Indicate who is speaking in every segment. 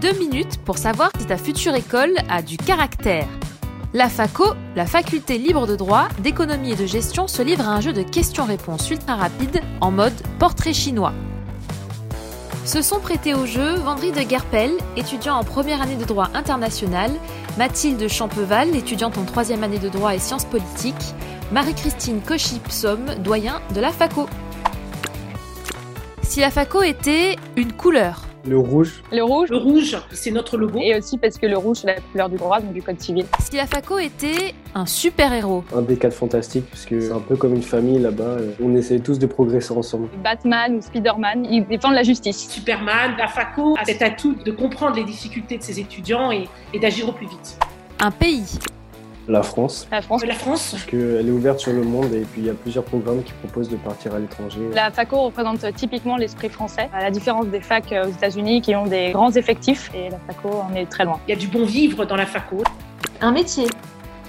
Speaker 1: deux minutes pour savoir si ta future école a du caractère. La FACO, la faculté libre de droit, d'économie et de gestion, se livre à un jeu de questions-réponses ultra rapide en mode portrait chinois. Se sont prêtés au jeu Vendry de Guerpel, étudiant en première année de droit international, Mathilde Champeval, étudiante en troisième année de droit et sciences politiques, Marie-Christine Cauchy-Psomme, doyen de la FACO. Si la FACO était une couleur,
Speaker 2: Le rouge,
Speaker 3: Le rouge.
Speaker 4: Le rouge, c'est notre logo.
Speaker 3: Et aussi parce que le rouge, c'est la couleur du droit, donc du code civil.
Speaker 1: si la FACO était un super-héros,
Speaker 2: un des quatre fantastiques, parce que c'est un peu comme une famille là-bas. euh, On essaye tous de progresser ensemble.
Speaker 3: Batman ou Spider-Man, ils défendent la justice.
Speaker 4: Superman, la FACO a cet atout de comprendre les difficultés de ses étudiants et, et d'agir au plus vite. Euh,
Speaker 1: un pays,
Speaker 2: La France,
Speaker 3: La France.
Speaker 4: La France,
Speaker 2: parce qu'elle est ouverte sur le monde et puis il y a plusieurs programmes qui proposent de partir à l'étranger.
Speaker 3: La FACO représente typiquement l'esprit français, à la différence des facs euh, aux États-Unis qui ont des grands effectifs, et la FACO en est très loin.
Speaker 4: il y a du bon vivre dans la FACO.
Speaker 5: Un métier.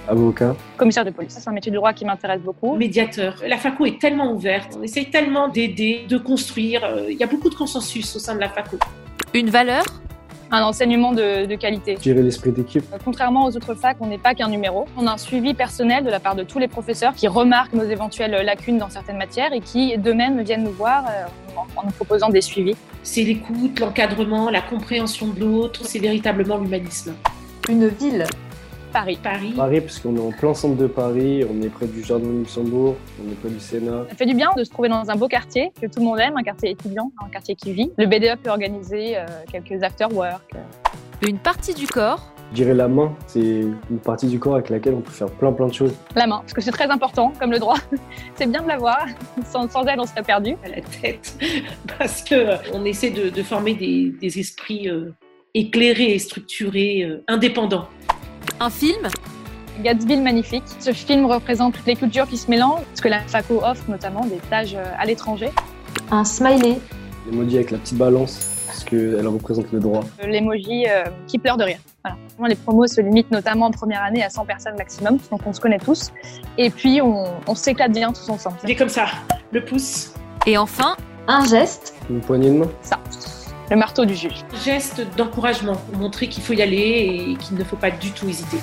Speaker 2: Avocat,
Speaker 3: Commissaire de police, c'est un métier du droit qui m'intéresse beaucoup.
Speaker 4: Médiateur. La FACO est tellement ouverte. On essaye tellement d'aider, de construire. Euh, Il y a beaucoup de consensus au sein de la FACO.
Speaker 1: une valeur,
Speaker 3: Un enseignement de, de qualité.
Speaker 2: gérer l'esprit d'équipe,
Speaker 3: Euh, Contrairement aux autres facs, on n'est pas qu'un numéro. On a un suivi personnel de la part de tous les professeurs qui remarquent nos éventuelles lacunes dans certaines matières et qui, d'eux-mêmes, viennent nous voir euh, en- en nous proposant des suivis.
Speaker 4: C'est l'écoute, l'encadrement, la compréhension de l'autre. C'est véritablement l'humanisme.
Speaker 5: Une ville.
Speaker 3: Paris.
Speaker 4: Paris,
Speaker 2: Paris, parce qu'on est en plein centre de Paris, on est près du Jardin de Luxembourg, on est près du Sénat.
Speaker 3: Ça fait du bien de se trouver dans un beau quartier que tout le monde aime, un quartier étudiant, un quartier qui vit. Le BDE peut organiser euh, quelques after-work.
Speaker 1: une partie du corps,
Speaker 2: Je dirais la main, c'est une partie du corps avec laquelle on peut faire plein plein de choses.
Speaker 3: La main, parce que c'est très important, comme le droit. c'est bien de l'avoir. Sans, sans elle, on serait perdu.
Speaker 4: à la tête, parce que euh, on essaie de, de former des, des esprits euh, éclairés et structurés, euh, indépendants.
Speaker 1: un film,
Speaker 3: Gatsby le magnifique. Ce film représente toutes les cultures qui se mélangent, parce que la FACO offre notamment des stages euh, à l'étranger.
Speaker 5: Un smiley.
Speaker 2: L'emoji avec la petite balance, parce qu'elle représente le droit.
Speaker 3: Euh, L'emoji euh, qui pleure de rire. Voilà. Vraiment, Les promos se limitent notamment en première année à 100 personnes maximum, donc on se connaît tous. Et puis, on, on s'éclate bien tous ensemble.
Speaker 4: Il est comme ça, le pouce,
Speaker 1: et enfin,
Speaker 5: Un geste.
Speaker 2: Une poignée de main.
Speaker 3: Ça, le marteau du juge.
Speaker 4: geste d'encouragement, pour montrer qu'il faut y aller et qu'il ne faut pas du tout hésiter.